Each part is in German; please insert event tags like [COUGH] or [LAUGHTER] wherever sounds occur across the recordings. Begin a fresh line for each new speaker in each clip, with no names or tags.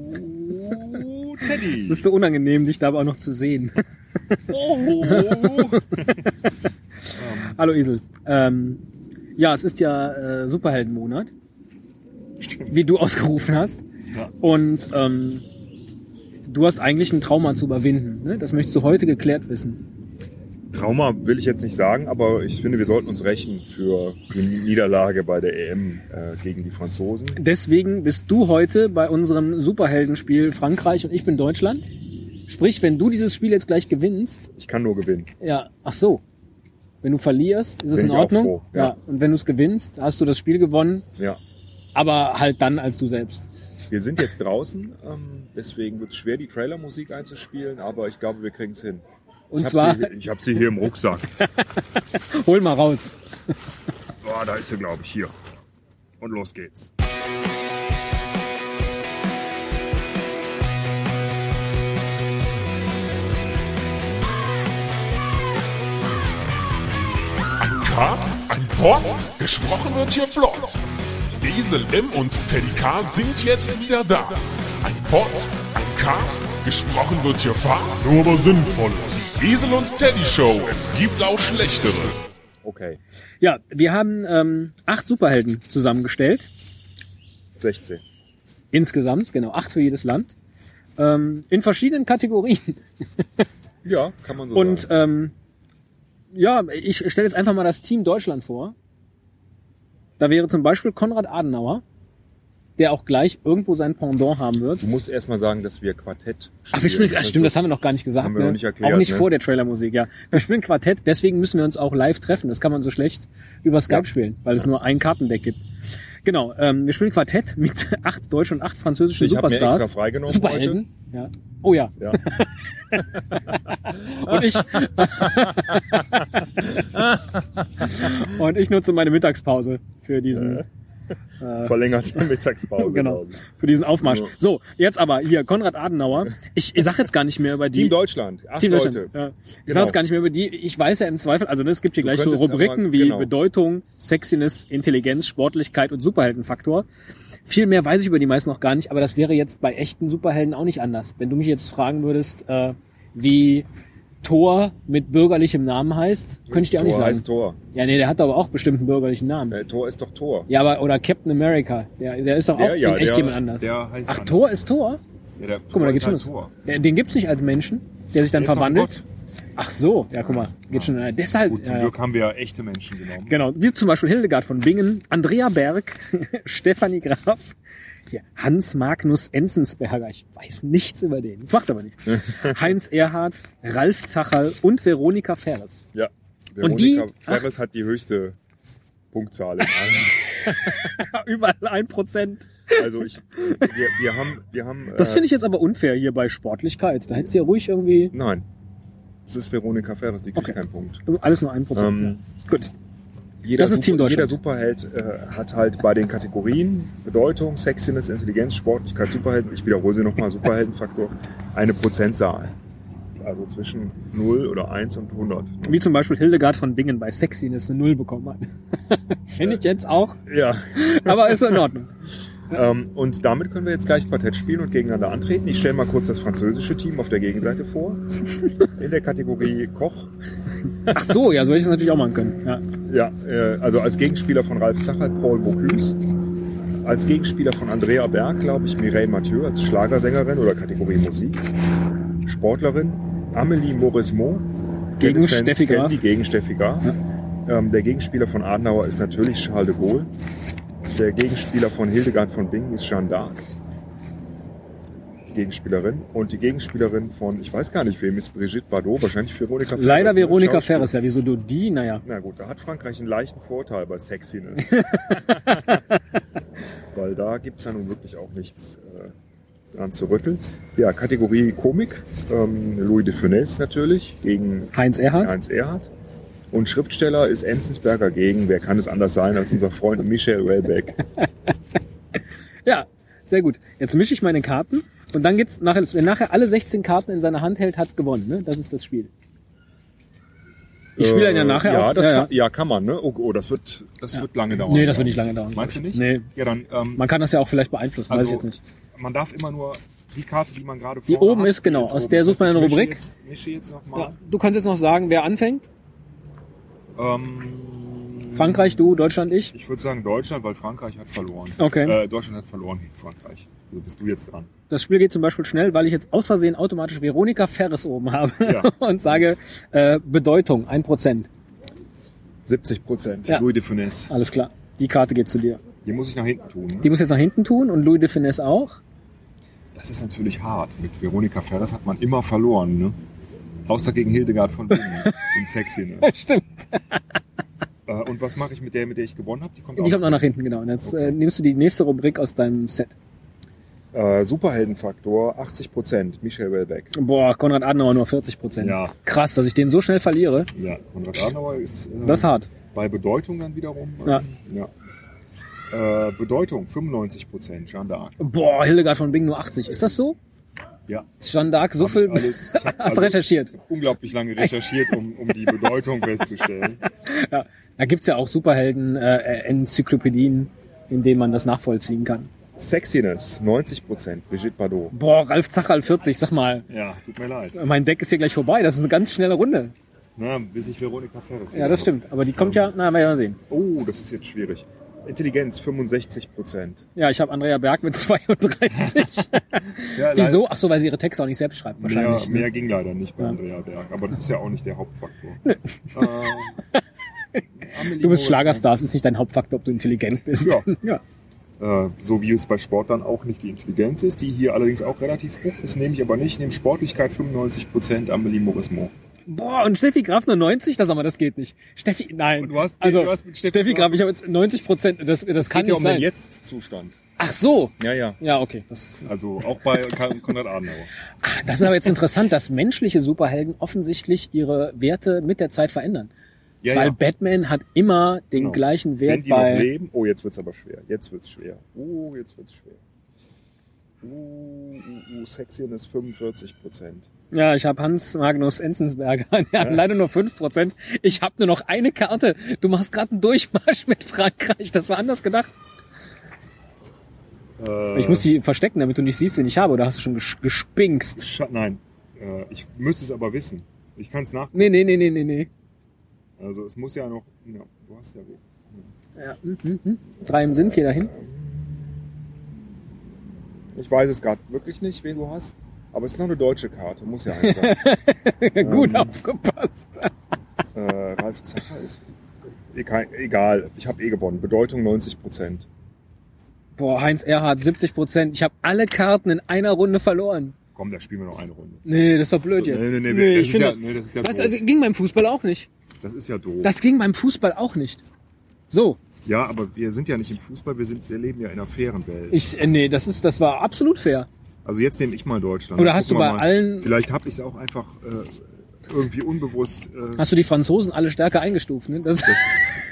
Hallo. Teddy.
[LAUGHS] Es ist so unangenehm, dich da aber auch noch zu sehen. [LAUGHS]
Oh. ähm,
Hallo Esel. Ähm, ja, es ist ja äh, Superheldenmonat,
stimmt.
wie du ausgerufen hast.
Ja.
Und ähm, du hast eigentlich ein Trauma zu überwinden. Ne? Das möchtest du heute geklärt wissen.
Trauma will ich jetzt nicht sagen, aber ich finde, wir sollten uns rächen für die Niederlage bei der EM äh, gegen die Franzosen.
Deswegen bist du heute bei unserem Superheldenspiel Frankreich und ich bin Deutschland. Sprich, wenn du dieses Spiel jetzt gleich gewinnst,
Ich kann nur gewinnen.
ja, ach so. Wenn du verlierst, ist es
Bin
in
ich auch
Ordnung.
froh, ja.
Und wenn du es gewinnst, hast du das Spiel gewonnen,
Ja,
aber halt dann als du selbst.
wir sind jetzt draußen, ähm, deswegen wird es schwer, die Trailermusik einzuspielen, aber ich glaube, wir kriegen es hin.
Und
ich
zwar,
Hab sie, ich habe sie hier im Rucksack.
hol mal raus.
Boah, Ah, da ist sie, glaube ich, hier. Und los geht's.
Ein Cast, ein Pod, gesprochen wird hier flott. Esel M und Teddy K sind jetzt wieder da. Ein Pod, ein Cast, gesprochen wird hier fast, nur aber sinnvoll. Die Esel und Teddy Show, es gibt auch schlechtere.
Okay,
Ja, wir haben ähm, acht Superhelden zusammengestellt.
16.
Insgesamt, genau, acht für jedes Land. Ähm, in verschiedenen Kategorien.
Ja, kann man so
Und
sagen.
ähm, ja, ich stelle jetzt einfach mal das Team Deutschland vor. Da wäre zum Beispiel Konrad Adenauer, der auch gleich irgendwo sein Pendant haben wird.
Du musst erst mal sagen, dass wir Quartett spielen.
Ach, wir spielen, ach, stimmt, das haben wir noch gar nicht gesagt.
haben wir
ne?
noch nicht erklärt,
auch nicht
ne?
vor der Trailermusik, ja. Wir spielen Quartett, deswegen müssen wir uns auch live treffen. Das kann man so schlecht über Skype
Ja.
spielen, weil es nur ein Kartendeck gibt. Genau, ähm, wir spielen Quartett mit [LAUGHS] acht deutschen und acht französischen
Also, Ich habe mir extra
Superstars.
freigenommen heute.
Superhelden. Ja. Oh ja.
Ja.
[LAUGHS]
[LAUGHS]
Und ich. und ich nutze meine Mittagspause für diesen. Äh, [LAUGHS]
Verlängerte Mittagspause.
Genau.
glaub ich.
für diesen Aufmarsch.
Ja.
So, jetzt aber hier, Konrad Adenauer. Ich, ich sag jetzt gar nicht mehr über die.
Team Deutschland, acht
Team
Leute.
Deutschland. Ja. Ich
Genau.
sag jetzt gar nicht mehr über die. Ich weiß ja im Zweifel, also ne, es gibt hier
Du
gleich so
könntest
Rubriken
aber-
wie
genau.
Bedeutung, Sexiness, Intelligenz, Sportlichkeit und Superheldenfaktor. Viel mehr weiß ich über die meisten noch gar nicht, aber das wäre jetzt bei echten Superhelden auch nicht anders. Wenn du mich jetzt fragen würdest, äh, wie Thor mit bürgerlichem Namen heißt, könnte ich dir auch
Tor
nicht sagen.
heißt Tor.
Ja, nee, der hat aber auch bestimmt einen bürgerlichen Namen.
Äh, Tor ist doch Tor.
Ja, aber oder Captain America, der, der ist doch auch in echt jemand anders.
Der heißt
Ach,
anders.
Thor ist Thor?
Ja, der
Guck mal, da geht's schon
halt
los.
Tor.
Ja, Den gibt's nicht als Menschen, der sich dann
Der ist doch ein
verwandelt. Ach so, ja, guck mal, geht schon. Äh, deshalb.
Gut, zum
äh,
Glück haben wir ja echte Menschen genommen.
genau, wie zum Beispiel Hildegard von Bingen, Andrea Berg, [LAUGHS] Stefanie Graf, hier, Hans Magnus Enzensberger. Ich weiß nichts über den. Das macht aber
[LAUGHS]
nichts. Heinz Erhardt, Ralf Zacherl und Veronika Ferres. [LAUGHS]
Ja.
Und die-
Veronika Ferres hat die höchste Punktzahl. in
[LAUGHS]
allen.
Ja, überall ein Prozent.
also ich, wir, wir haben, wir haben. äh,
Äh.
Das finde ich jetzt aber unfair hier bei Sportlichkeit. Da hättest du ja ruhig irgendwie
Nein, es ist Veronika Ferres, die kriegt
Okay.
keinen Punkt.
alles nur ein Prozent.
Ähm,
ja. Gut.
Jeder
Das ist Team
Jeder
Deutschland.
Superheld äh, hat halt bei den Kategorien Bedeutung, Sexiness, Intelligenz, Sportlichkeit, Superhelden, ich wiederhole sie nochmal,
[LAUGHS]
Superheldenfaktor, eine Prozentzahl. Also zwischen 0 oder 1 und 100.
Wie zum Beispiel Hildegard von Bingen bei Sexiness eine Null bekommen hat. [LAUGHS] Finde ich jetzt auch,
Ja.
aber ist in Ordnung.
Ähm, und damit können wir jetzt gleich Quartett spielen und gegeneinander antreten. Ich stelle mal kurz das französische Team auf der Gegenseite vor. In der Kategorie Koch.
Ach so, ja, so hätte ich das natürlich auch machen können. Ja.
Ja, äh, also als Gegenspieler von Ralf Zachert, Paul Bocuse. Als Gegenspieler von Andrea Berg, glaube ich, Mireille Mathieu als Schlagersängerin oder Kategorie Musik. Sportlerin Amelie Morismont.
Gegen
Tennisfans
Steffi
kennen
Graf.
Die gegen Steffi Graf. Ähm, der Gegenspieler von Adenauer ist natürlich Charles de Gaulle. Der Gegenspieler von Hildegard von Bingen ist Jeanne d'Arc. Die Gegenspielerin. Und die Gegenspielerin von, ich weiß gar nicht wem, ist Brigitte Bardot, wahrscheinlich Veronika ne? Ferres.
Leider
eine
Veronika
Schauspielerin.
Ferres, ja, wieso du die? Naja.
Na gut, da hat Frankreich einen leichten Vorteil bei
[LAUGHS]
Sexiness. [LAUGHS] Weil da gibt's ja nun wirklich auch nichts äh, dran zu rütteln. Ja, Kategorie Komik. Ähm, Louis de Funès natürlich gegen
Heinz Erhardt.
Heinz Erhardt. Und Schriftsteller ist Enzensberger gegen, wer kann es anders sein als unser
[LAUGHS]
Freund Michel Welbeck.
Ja, sehr gut. Jetzt mische ich meine Karten und dann geht's nachher, wer nachher alle 16 Karten in seiner Hand hält, hat gewonnen. Ne? Das ist das Spiel. Ich spiele
Äh,
ihn ja nachher
Ja,
auch.
das
Ja,
Kann, ja, kann man, ne? Oh, oh das wird.
Das wird lange dauern.
Nee, das wird
glaub
nicht lange dauern.
ich. Meinst du nicht?
Nee.
Ja, dann, ähm,
Man kann das ja auch vielleicht beeinflussen, weiß ich
also,
jetzt nicht.
man darf immer nur die Karte, die man gerade
Die
vorne
oben
hat,
ist, genau. Aus der sucht
Das heißt,
man eine
ich mische
Rubrik.
Jetzt, mische jetzt
Ja,
nochmal.
du kannst jetzt noch sagen, wer anfängt.
Ähm,
Frankreich, du, Deutschland, ich.
Ich würde sagen Deutschland, weil Frankreich hat verloren.
Okay.
Äh, Deutschland hat verloren gegen Frankreich. Also bist du jetzt dran.
Das Spiel geht zum Beispiel schnell, weil ich jetzt aus Versehen automatisch Veronika Ferres oben habe
Ja.
[LAUGHS] und sage äh, Bedeutung 1%.
70 Prozent.
Ja.
Louis de Funès.
Alles klar. Die Karte geht zu dir.
Hier muss ich nach hinten tun. Ne?
Die muss jetzt nach hinten tun und Louis de Finesse auch.
Das ist natürlich hart. Mit Veronika Ferres hat man immer verloren. Ne? Außer gegen Hildegard von
[LAUGHS]
Bingen in Sexiness.
Stimmt.
[LAUGHS] äh, und was mache ich mit der, mit der ich gewonnen habe? Die kommt
Die kommt auch nach hinten, genau. Und jetzt äh, nimmst du die nächste Rubrik aus deinem Set.
Äh, Superheldenfaktor 80 Prozent. Michel Welbeck.
Boah, Konrad Adenauer nur 40 Prozent.
Ja. Mhm.
Krass, dass ich den so schnell verliere.
Ja, Konrad Adenauer ist äh,
Das ist hart.
bei Bedeutung dann wiederum. äh,
Ja.
ja. Äh, Bedeutung 95 Prozent, Jeanne d'Arc.
Boah, Hildegard von Bingen nur 80. Ist das so?
Ja.
Ist Jeanne d'Arc so
Hab ich
viel?
alles- ich hab
[LAUGHS] Hast du
alles-
recherchiert?
Unglaublich lange recherchiert, um, um die
[LAUGHS]
Bedeutung festzustellen.
Ja. Da gibt's ja auch Superhelden-Enzyklopädien, in denen man das nachvollziehen kann.
Sexiness 90 Prozent. Brigitte Bardot.
Boah, Ralf Zachal 40, sag mal.
Ja, tut mir leid.
Mein Deck ist hier gleich vorbei. Das ist eine ganz schnelle Runde.
Na, bis ich Veronika Ferres
Ja, das stimmt. Aber die kommt ja, na, werden wir sehen.
Oh, das ist jetzt schwierig. Intelligenz 65 Prozent.
Ja, ich habe Andrea Berg mit [LAUGHS]
[LAUGHS]
32.
Ja,
Wieso? Ach so, weil sie ihre Texte auch nicht selbst schreibt, wahrscheinlich.
Mehr,
ne?
mehr ging leider nicht bei
Ja.
Andrea Berg, aber das ist ja auch nicht der Hauptfaktor. äh,
[LAUGHS] Du bist Schlagerstar, es ist nicht dein Hauptfaktor, ob du intelligent bist.
Ja.
[LAUGHS] ja.
Äh, so wie es bei Sportlern auch nicht die Intelligenz ist, die hier allerdings auch relativ hoch ist, nehme ich aber nicht, nehme Sportlichkeit 95% Amelie Morismo.
Boah, und Steffi Graf nur 90? Da sag mal, das geht nicht. Steffi, nein.
Und du hast-
also,
du hast mit
Steffi,
Steffi
Graf,
Graf-
ich habe jetzt 90 Prozent, das, das kann
Geht ja
nicht
um
sein.
den Jetzt-Zustand.
Ach so.
Ja, ja.
Ja, okay. Das,
Also auch bei Karl- Konrad Adenauer.
ach, das ist aber jetzt interessant, dass menschliche Superhelden offensichtlich ihre Werte mit der Zeit verändern.
Ja,
Weil
ja.
Batman hat immer den
Genau.
gleichen
Wenn
Wert
die noch
bei...
leben. Oh, jetzt wird's aber schwer. Jetzt wird's schwer. Oh, jetzt wird's schwer. Uh, uh, uh, Sexiness 45 Prozent.
Ja, ich habe Hans Magnus Enzensberger. [LAUGHS] Ja, leider nur 5%. Ich habe nur noch eine Karte. Du machst gerade einen Durchmarsch [LAUGHS] mit Frankreich. Das war anders gedacht.
Äh,
Ich muss die verstecken, damit du nicht siehst, wen ich habe. Oder hast du schon ges gespinkst?
Scha- Nein, äh, ich müsste es aber wissen. Ich kann es nach.
Nee, nee, nee, nee, nee, nee.
Also es muss ja noch. Ja, du hast ja.
Ja. hm, hm, hm. Drei im Sinn, vier dahin. [LAUGHS]
Ich weiß es gerade wirklich nicht, wen du hast. Aber es ist noch eine deutsche Karte, muss ja eine
[LAUGHS]
sein.
Gut aufgepasst.
äh, Ralf Zacher ist. Egal, egal. ich habe eh gewonnen. Bedeutung 90 Prozent.
Boah, Heinz Erhardt, 70 Prozent. Ich habe alle Karten in einer Runde verloren.
Komm, da spielen wir noch eine Runde.
Nee, das ist doch blöd jetzt.
Nee, nee, nee, das,
ich
ist
finde,
ja, nee das ist ja
das
doof.
äh, ging beim Fußball auch nicht.
Das ist ja doof.
Das ging beim Fußball auch nicht. So,
Ja, aber wir sind ja nicht im Fußball, wir, sind, wir leben ja in einer fairen Welt.
ich, äh, nee, das ist, das war absolut fair.
also jetzt nehme ich mal Deutschland.
Oder
Dann
hast du
gucken wir
bei allen-
Vielleicht habe ich es auch einfach äh, irgendwie unbewusst. Äh,
Hast du die Franzosen alle stärker eingestuft? Ne? Das,
das,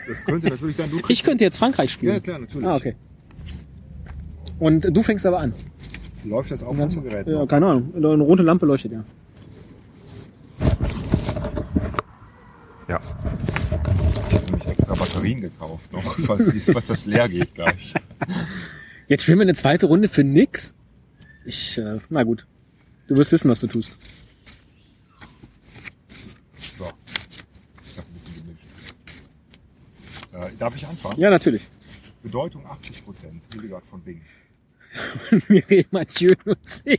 das könnte natürlich sein. Du
[LAUGHS] ich
kriegst-
könnte jetzt Frankreich spielen.
Ja, klar, natürlich.
Ah, okay. Und du fängst aber an.
Läuft das auf dem Gerät?
Ja,
noch?
keine Ahnung. Eine rote Lampe leuchtet ja.
ja. Ich habe nämlich extra Batterien gekauft noch, [LAUGHS] falls, die- falls das leer geht gleich.
Jetzt spielen wir eine zweite Runde für nix? Ich, äh, na gut. Du wirst wissen, was du tust.
So. Ich habe ein bisschen gemischt. Äh, darf ich anfangen?
Ja, natürlich. [LAUGHS]
Bedeutung 80 Prozent. Hildegard von Bingen.
Mireille Mathieu nur 10.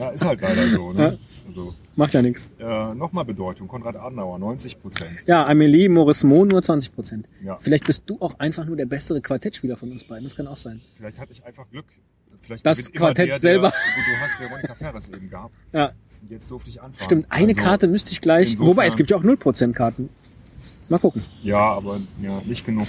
Ja, ist halt leider so. Ne? Also,
Macht ja nix.
äh, Nochmal Bedeutung. Konrad Adenauer, 90 Prozent.
Ja, Amélie Morismont nur 20 Prozent.
Ja.
Vielleicht bist du auch einfach nur der bessere Quartettspieler von uns beiden. Das kann auch sein.
Vielleicht hatte ich einfach Glück. Vielleicht
Das
gewinnt
Quartett selber.
Der, gut, du hast Veronika Ferres eben gehabt.
Ja,
Jetzt durfte ich anfangen.
stimmt. Eine
Also,
Karte müsste ich gleich.
insofern-
Wobei, es gibt ja auch 0 Prozent Karten. Mal gucken.
Ja, aber ja, nicht genug.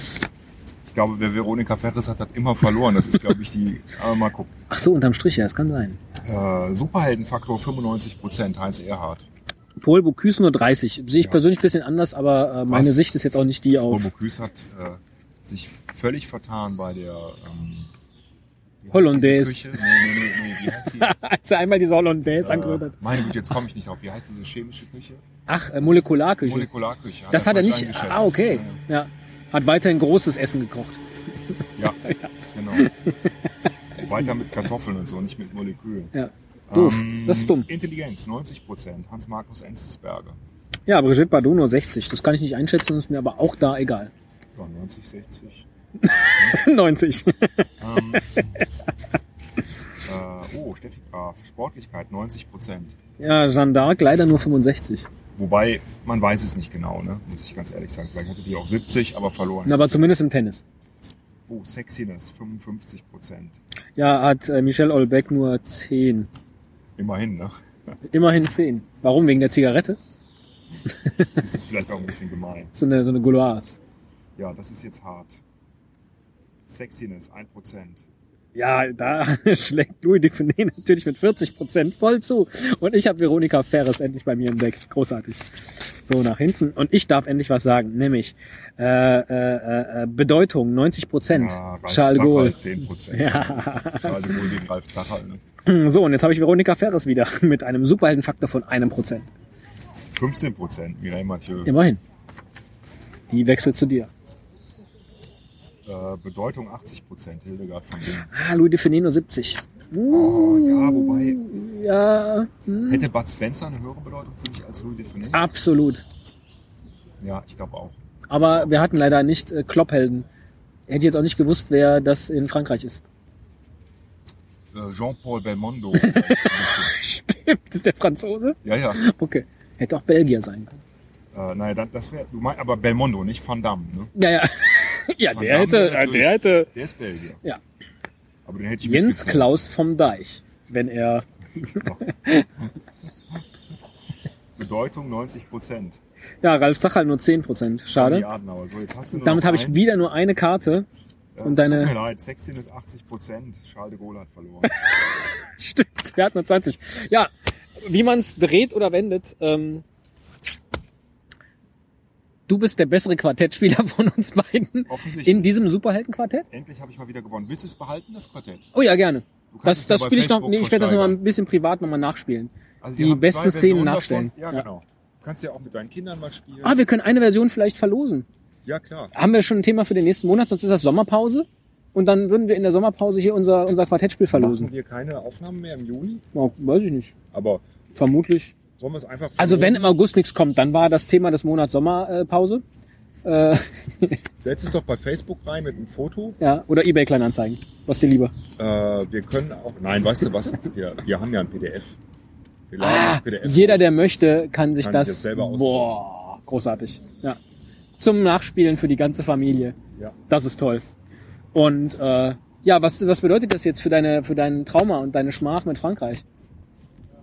Ich glaube, wer Veronika Ferres hat, hat immer verloren. Das ist, glaube ich, die... [LAUGHS] Aber mal gucken.
Ach so, unterm Strich, ja, es kann sein.
Äh, Superheldenfaktor 95 Prozent. Heinz Erhardt.
Paul Bocuse nur 30. Sehe ich
Ja.
persönlich ein bisschen anders, aber äh, meine
Was?
Sicht ist jetzt auch nicht die auf
Bocuse hat äh, sich völlig vertan bei der... Ähm, wie heißt
Hollandaise.
diese Küche? Nee, nee,
[LAUGHS]
nee, nee. Wie heißt die?
[LAUGHS] Als er einmal diese Hollandaise
Äh,
angerührt hat.
meine Güte, jetzt komme ich nicht drauf. Wie heißt diese chemische Küche?
Ach, äh, Molekularküche.
Molekularküche.
das hat er
falsch
nicht.
eingeschätzt.
Ah, okay. Ja. Hat weiterhin großes Essen gekocht.
Ja, ja, genau.
[LAUGHS]
Weiter mit Kartoffeln und so, nicht mit Molekülen.
Ja. Doof.
Ähm,
Das ist dumm.
Intelligenz, 90 Prozent. Hans-Markus Enzensberger.
Ja, Brigitte Bardot nur 60. Das kann ich nicht einschätzen, ist mir aber auch da egal. [LAUGHS]
Ja, 90, 60.
90.
Ähm, äh, oh, Steffi Graf. Sportlichkeit, 90 Prozent.
Ja, Jeanne d'Arc leider nur 65.
Wobei, man weiß es nicht genau, ne? muss ich ganz ehrlich sagen. Vielleicht hatte die auch 70, aber verloren.
Aber zumindest im Tennis.
oh, Sexiness, 55 Prozent.
Ja, hat äh, Michel Olbeck nur 10.
Immerhin, ne?
Immerhin 10. Warum? Wegen der Zigarette?
Das ist vielleicht auch ein bisschen gemein.
So eine, so eine Gouloise.
Ja, das ist jetzt hart. Sexiness, 1 Prozent.
Ja, da [LAUGHS] schlägt Louis Dufournet natürlich mit 40% voll zu. Und ich habe Veronika Ferres endlich bei mir entdeckt. Großartig. So, nach hinten. Und ich darf endlich was sagen, nämlich äh, äh, äh, Bedeutung 90%.
Ah,
Charles de Gaulle.
10 halt Prozent.
Ja.
Charles de Gaulle gegen Ralf Zacherl, ne?
[LAUGHS] So, und jetzt habe ich Veronika Ferres wieder [LAUGHS] mit einem Superheldenfaktor von einem Prozent.
15 Prozent, Mireille Mathieu.
Immerhin. Die wechselt zu dir.
Äh, Bedeutung 80 Prozent, Hildegard von Bingen.
Ah, Louis de Fineno 70. Uh,
Oh, ja, wobei,
Ja, hm,
hätte Bud Spencer eine höhere Bedeutung für dich als Louis Defenet?
absolut.
Ja, ich glaube auch.
Aber wir hatten leider nicht äh, Klopphelden. Hätte jetzt auch nicht gewusst, wer das in Frankreich ist. [LAUGHS]
Äh, Jean-Paul Belmondo. vielleicht ein bisschen.
Stimmt, ist der Franzose?
ja, ja.
Okay. Hätte auch Belgier sein können.
Äh, naja, dann, das wäre, du meinst, aber Belmondo, nicht Van Damme, ne?
Ja, ja. [LAUGHS] Ja,
Van
der
Damme
hätte, äh,
natürlich.
der hätte
Der ist Belgier.
Ja.
Aber den hätte ich
Jens
mitgezählt.
Klaus vom Deich, wenn er
Bedeutung 90 Prozent.
ja, Ralf Zachal nur 10%.
Die
Schade.
Adenauer. So, jetzt hast du nur
Damit
noch
habe ich
einen.
wieder nur eine Karte.
Ja,
und
es
deine- [LAUGHS]
Tut mir leid, Sextin ist 80 Prozent. Charles de Gaulle hat verloren.
Stimmt, wir hatten nur 20. Ja, wie man es dreht oder wendet, ähm, du bist der bessere Quartettspieler [LAUGHS] von uns beiden
Offensichtlich.
in diesem Superheldenquartett.
Endlich habe ich mal wieder gewonnen. Willst du es behalten, das Quartett?
Oh ja, gerne.
Du kannst
Das,
es ja
das
bei
spiele ich noch,
Facebook
nee, ich werde das nochmal
versteigern.
ein bisschen privat nochmal nachspielen.
Also wir
die
haben zwei
besten Szenen
Versionen
nachstellen.
Davon. Ja,
Ja.
genau. Du kannst ja auch mit deinen Kindern mal spielen.
Ah, wir können eine Version vielleicht verlosen.
ja, klar.
Haben wir schon ein Thema für den nächsten Monat, sonst ist das Sommerpause. Und dann würden wir in der Sommerpause hier unser, unser Quartettspiel
Machen
verlosen.
wir keine Aufnahmen mehr im Juni,
Ja, weiß ich nicht.
aber
Vermutlich.
sollen wir es einfach
Also wenn
verlosen?
im August nichts kommt, dann war das Thema des Monats Sommerpause. Äh, [LAUGHS]
Setz es doch bei Facebook rein mit einem Foto.
ja, oder eBay Kleinanzeigen. Was dir lieber?
Äh, wir können auch... Nein, weißt du was? Wir, wir haben ja ein PDF. Wir laden Ah, das PDF.
Ah, Jeder, der möchte,
Kann
kann sich
sich
das.
das selber ausdrucken.
boah, großartig. Ja. Zum Nachspielen für die ganze Familie.
Ja.
Das ist toll. Und äh, ja, was, was bedeutet das jetzt für deine für deinen Trauma und deine Schmach mit Frankreich?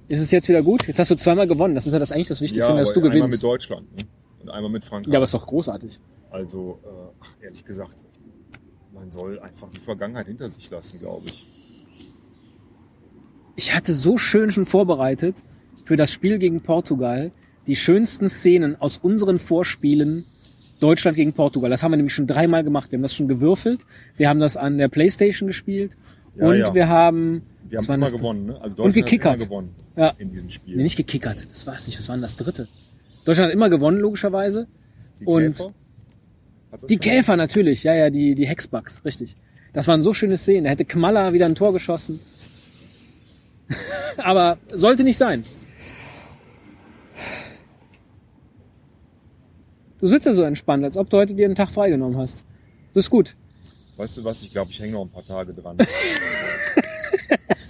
Ist es jetzt wieder gut? Jetzt hast du zweimal gewonnen. Das ist ja das eigentlich das
ja,
Wichtigste,
aber
dass du
einmal mit
gewinnst.
Deutschland ne? und einmal mit Frankreich.
Ja, aber ist doch großartig.
Also, äh, ach, ehrlich gesagt, man soll einfach die Vergangenheit hinter sich lassen, glaube ich.
Ich hatte so schön schon vorbereitet für das Spiel gegen Portugal die schönsten Szenen aus unseren Vorspielen Deutschland gegen Portugal. Das haben wir nämlich schon dreimal gemacht. Wir haben das schon gewürfelt. Wir haben das an der Playstation gespielt.
Ja,
und
ja.
wir haben,
Wir
was
haben
war
immer
das?
gewonnen, ne? Also Deutschland hat
Und
immer
gekickert.
gewonnen
Ja.
in diesem Spiel.
Nee, nicht gekickert. Das war es nicht. Das war denn das dritte. Deutschland hat immer gewonnen, logischerweise.
die
und-
Käfer? Hat's euch
Die
schon-
Käfer natürlich. Ja, ja, die, die Hexbugs. Richtig. Das waren so schöne Szenen. Da hätte Kmaller wieder ein Tor geschossen. [LAUGHS] Aber sollte nicht sein. Du sitzt ja so entspannt, als ob du heute dir einen Tag freigenommen hast. Das ist gut.
Weißt du was? Ich glaube, ich hänge noch ein paar Tage
[LAUGHS]
dran. Hab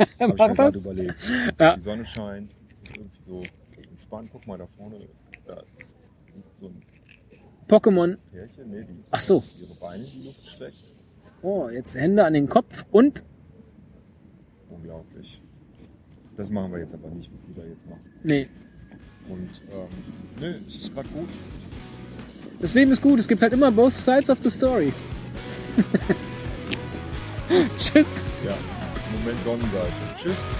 ich mir
Mach
gerade
das.
überlegt.
Ja.
Die Sonne scheint, ist irgendwie so entspannt. Guck mal da vorne, da liegt so ein
Pokémon.
Pärchen, ne? Die
Ach so.
ihre Beine in die Luft streckt.
Oh, jetzt Hände an den Kopf und.
Unglaublich. Das machen wir jetzt aber nicht, was die da jetzt machen.
Nee.
Und ähm, nö, es ist gerade gut.
Das Leben ist gut. Es gibt halt immer both sides of the story. [LAUGHS] Tschüss.
Ja. Moment Sonnenseite. Tschüss.